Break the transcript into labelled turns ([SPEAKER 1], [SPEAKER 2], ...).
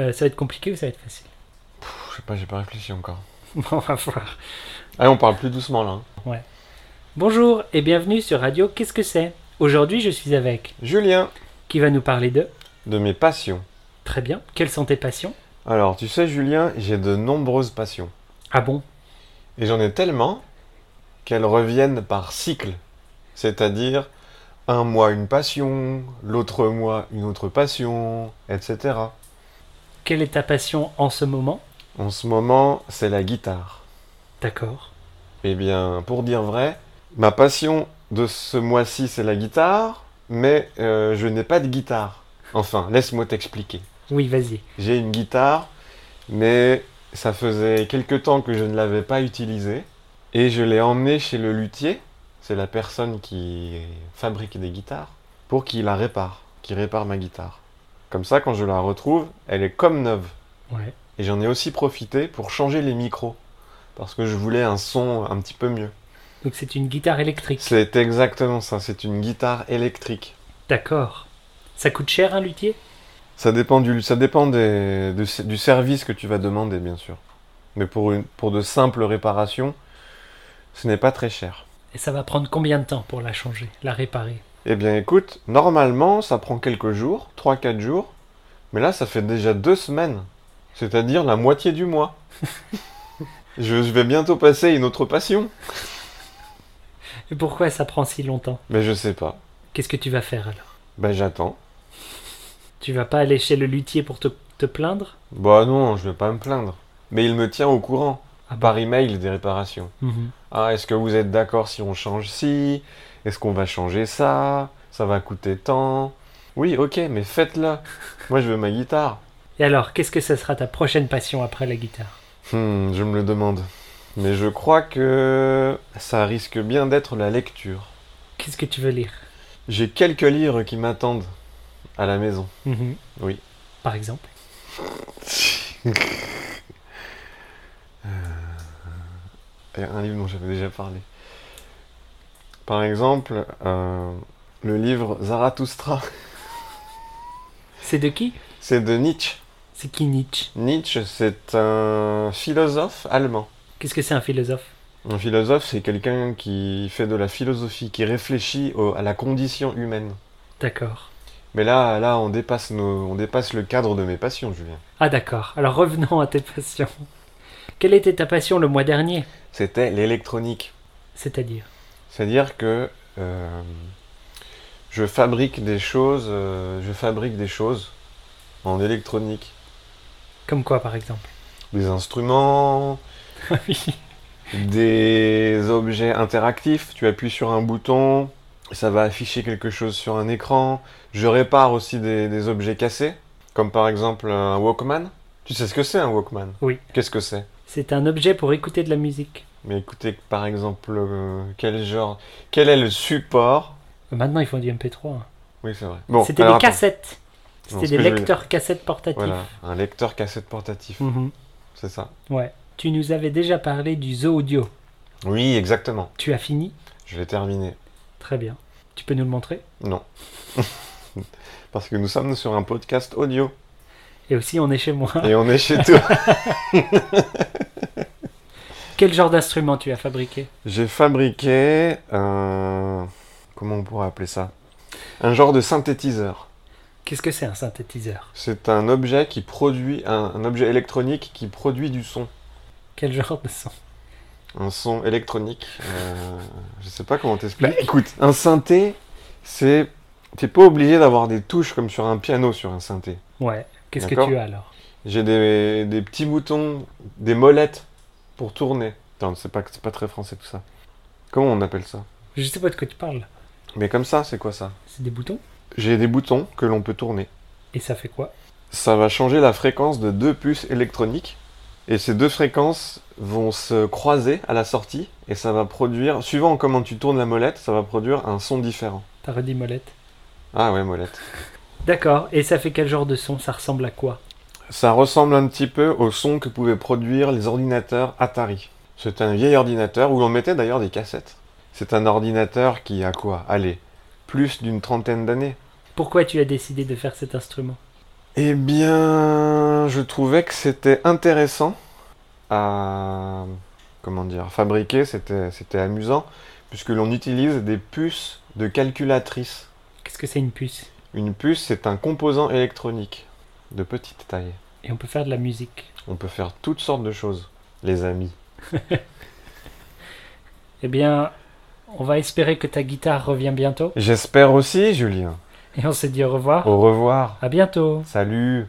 [SPEAKER 1] Euh, ça va être compliqué ou ça va être facile
[SPEAKER 2] Pff, Je sais pas, j'ai pas réfléchi encore.
[SPEAKER 1] On va voir.
[SPEAKER 2] Allez, on parle plus doucement là. hein.
[SPEAKER 1] Bonjour et bienvenue sur Radio Qu'est-ce que c'est Aujourd'hui, je suis avec
[SPEAKER 2] Julien,
[SPEAKER 1] qui va nous parler de
[SPEAKER 2] de mes passions.
[SPEAKER 1] Très bien. Quelles sont tes passions
[SPEAKER 2] Alors, tu sais, Julien, j'ai de nombreuses passions.
[SPEAKER 1] Ah bon
[SPEAKER 2] Et j'en ai tellement qu'elles reviennent par cycle. C'est-à-dire, un mois une passion, l'autre mois une autre passion, etc.
[SPEAKER 1] Quelle est ta passion en ce moment
[SPEAKER 2] En ce moment, c'est la guitare.
[SPEAKER 1] D'accord.
[SPEAKER 2] Eh bien, pour dire vrai, ma passion de ce mois-ci, c'est la guitare, mais euh, je n'ai pas de guitare. Enfin, laisse-moi t'expliquer.
[SPEAKER 1] Oui, vas-y.
[SPEAKER 2] J'ai une guitare, mais ça faisait quelque temps que je ne l'avais pas utilisée, et je l'ai emmenée chez le luthier, c'est la personne qui fabrique des guitares, pour qu'il la répare, qu'il répare ma guitare. Comme ça, quand je la retrouve, elle est comme neuve.
[SPEAKER 1] Ouais.
[SPEAKER 2] Et j'en ai aussi profité pour changer les micros, parce que je voulais un son un petit peu mieux.
[SPEAKER 1] Donc c'est une guitare électrique.
[SPEAKER 2] C'est exactement ça, c'est une guitare électrique.
[SPEAKER 1] D'accord. Ça coûte cher un luthier
[SPEAKER 2] Ça dépend, du, ça dépend des- de- du service que tu vas demander, bien sûr. Mais pour, une, pour de simples réparations, ce n'est pas très cher.
[SPEAKER 1] Et ça va prendre combien de temps pour la changer, la réparer
[SPEAKER 2] Eh bien écoute, normalement ça prend quelques jours, 3-4 jours, mais là ça fait déjà deux semaines, c'est-à-dire la moitié du mois. je, je vais bientôt passer une autre passion,
[SPEAKER 1] Et pourquoi ça prend si longtemps
[SPEAKER 2] mais je sais pas.
[SPEAKER 1] Qu'est-ce que tu vas faire alors
[SPEAKER 2] Ben j'attends.
[SPEAKER 1] Tu vas pas aller chez le luthier pour te, te plaindre
[SPEAKER 2] Bah non, je vais pas me plaindre. Mais il me tient au courant,
[SPEAKER 1] Ah bon
[SPEAKER 2] par email des réparations.
[SPEAKER 1] Mhm.
[SPEAKER 2] Ah, est-ce que vous êtes d'accord si on change ci Est-ce qu'on va changer ça Ça va coûter tant Oui, ok, mais faites-la. Moi, je veux ma guitare.
[SPEAKER 1] Et alors, qu'est-ce que ça sera ta prochaine passion après la guitare
[SPEAKER 2] Hmm, je me le demande. Mais je crois que ça risque bien d'être la lecture.
[SPEAKER 1] Qu'est-ce que tu veux lire
[SPEAKER 2] J'ai quelques livres qui m'attendent à la maison.
[SPEAKER 1] Mhm.
[SPEAKER 2] Oui.
[SPEAKER 1] Par exemple
[SPEAKER 2] Il y a Euh, un livre dont j'avais déjà parlé. Par exemple, euh, le livre Zarathustra,
[SPEAKER 1] C'est de qui
[SPEAKER 2] c'est de Nietzsche.
[SPEAKER 1] C'est qui Nietzsche
[SPEAKER 2] Nietzsche, c'est un philosophe allemand.
[SPEAKER 1] Qu'est-ce que c'est un philosophe
[SPEAKER 2] Un philosophe, c'est quelqu'un qui fait de la philosophie, qui réfléchit au- à la condition humaine.
[SPEAKER 1] D'accord.
[SPEAKER 2] Mais là, là, on dépasse, nos, on dépasse le cadre de mes passions, Julien.
[SPEAKER 1] Ah d'accord. Alors revenons à tes passions. Quelle était ta passion le mois dernier
[SPEAKER 2] C'était l'électronique.
[SPEAKER 1] C'est-à-dire
[SPEAKER 2] C'est-à-dire que euh, je fabrique des choses, euh, je fabrique des choses en électronique,
[SPEAKER 1] Comme quoi par exemple
[SPEAKER 2] des instruments,
[SPEAKER 1] Ah oui.
[SPEAKER 2] des objets interactifs. Tu appuies sur un bouton, ça va afficher quelque chose sur un écran. Je répare aussi des, des objets cassés, comme par exemple un Walkman. Tu sais ce que c'est un Walkman
[SPEAKER 1] Oui.
[SPEAKER 2] Qu'est-ce que c'est
[SPEAKER 1] C'est un objet pour écouter de la musique.
[SPEAKER 2] Mais écoutez, par exemple, euh, quel genre Quel est le support
[SPEAKER 1] Maintenant ils font du MP3. hein.
[SPEAKER 2] Oui, c'est vrai. Bon,
[SPEAKER 1] C'était
[SPEAKER 2] alors,
[SPEAKER 1] des
[SPEAKER 2] attends.
[SPEAKER 1] cassettes.
[SPEAKER 2] Non,
[SPEAKER 1] C'était des
[SPEAKER 2] ce que je voulais-
[SPEAKER 1] lecteurs cassettes portatifs.
[SPEAKER 2] Voilà, un lecteur cassette portatif,
[SPEAKER 1] Mhm.
[SPEAKER 2] c'est ça.
[SPEAKER 1] Ouais. Tu nous avais déjà parlé du zoo audio.
[SPEAKER 2] Oui, exactement.
[SPEAKER 1] Tu as fini
[SPEAKER 2] Je l'ai terminé.
[SPEAKER 1] Très bien. Tu peux nous le montrer
[SPEAKER 2] Non. Parce que nous sommes sur un podcast audio.
[SPEAKER 1] Et aussi, on est chez moi.
[SPEAKER 2] Et on est chez toi.
[SPEAKER 1] Quel genre d'instrument tu as fabriqué
[SPEAKER 2] J'ai fabriqué un... Comment on pourrait appeler ça Un genre de synthétiseur.
[SPEAKER 1] Qu'est-ce que c'est un synthétiseur
[SPEAKER 2] C'est un objet qui produit... Un, un objet électronique qui produit du son.
[SPEAKER 1] Quel genre de son
[SPEAKER 2] Un son électronique. euh, je sais pas comment t'expliquer. Bah, écoute, un synthé, c'est... T'es pas obligé d'avoir des touches comme sur un piano sur un synthé.
[SPEAKER 1] Ouais. Qu'est-ce que
[SPEAKER 2] D'accord.
[SPEAKER 1] tu as alors
[SPEAKER 2] J'ai des, des petits boutons, des molettes pour tourner. Attends, c'est pas, c'est pas très français tout ça. Comment on appelle ça
[SPEAKER 1] Je sais pas de quoi tu parles.
[SPEAKER 2] Mais comme ça, c'est quoi ça
[SPEAKER 1] C'est des boutons
[SPEAKER 2] J'ai des boutons que l'on peut tourner.
[SPEAKER 1] Et ça fait quoi
[SPEAKER 2] Ça va changer la fréquence de deux puces électroniques. Et ces deux fréquences vont se croiser à la sortie. Et ça va produire, suivant comment tu tournes la molette, ça va produire un son différent.
[SPEAKER 1] T'as redit molette.
[SPEAKER 2] Ah ouais, molette.
[SPEAKER 1] D'accord. Et ça fait quel genre de son Ça ressemble à quoi
[SPEAKER 2] Ça ressemble un petit peu au son que pouvaient produire les ordinateurs Atari. C'est un vieil ordinateur où l'on mettait d'ailleurs des cassettes. C'est un ordinateur qui a quoi Allez, plus d'une trentaine d'années.
[SPEAKER 1] Pourquoi tu as décidé de faire cet instrument
[SPEAKER 2] Eh bien, je trouvais que c'était intéressant à comment dire fabriquer, c'était c'était amusant puisque l'on utilise des puces de calculatrice.
[SPEAKER 1] Qu'est-ce que c'est une puce
[SPEAKER 2] Une puce, c'est un composant électronique de petite taille.
[SPEAKER 1] Et on peut faire de la musique.
[SPEAKER 2] On peut faire toutes sortes de choses, les amis.
[SPEAKER 1] Eh bien, on va espérer que ta guitare revient bientôt.
[SPEAKER 2] J'espère aussi, Julien.
[SPEAKER 1] Et on se dit au revoir.
[SPEAKER 2] Au revoir.
[SPEAKER 1] À bientôt.
[SPEAKER 2] Salut.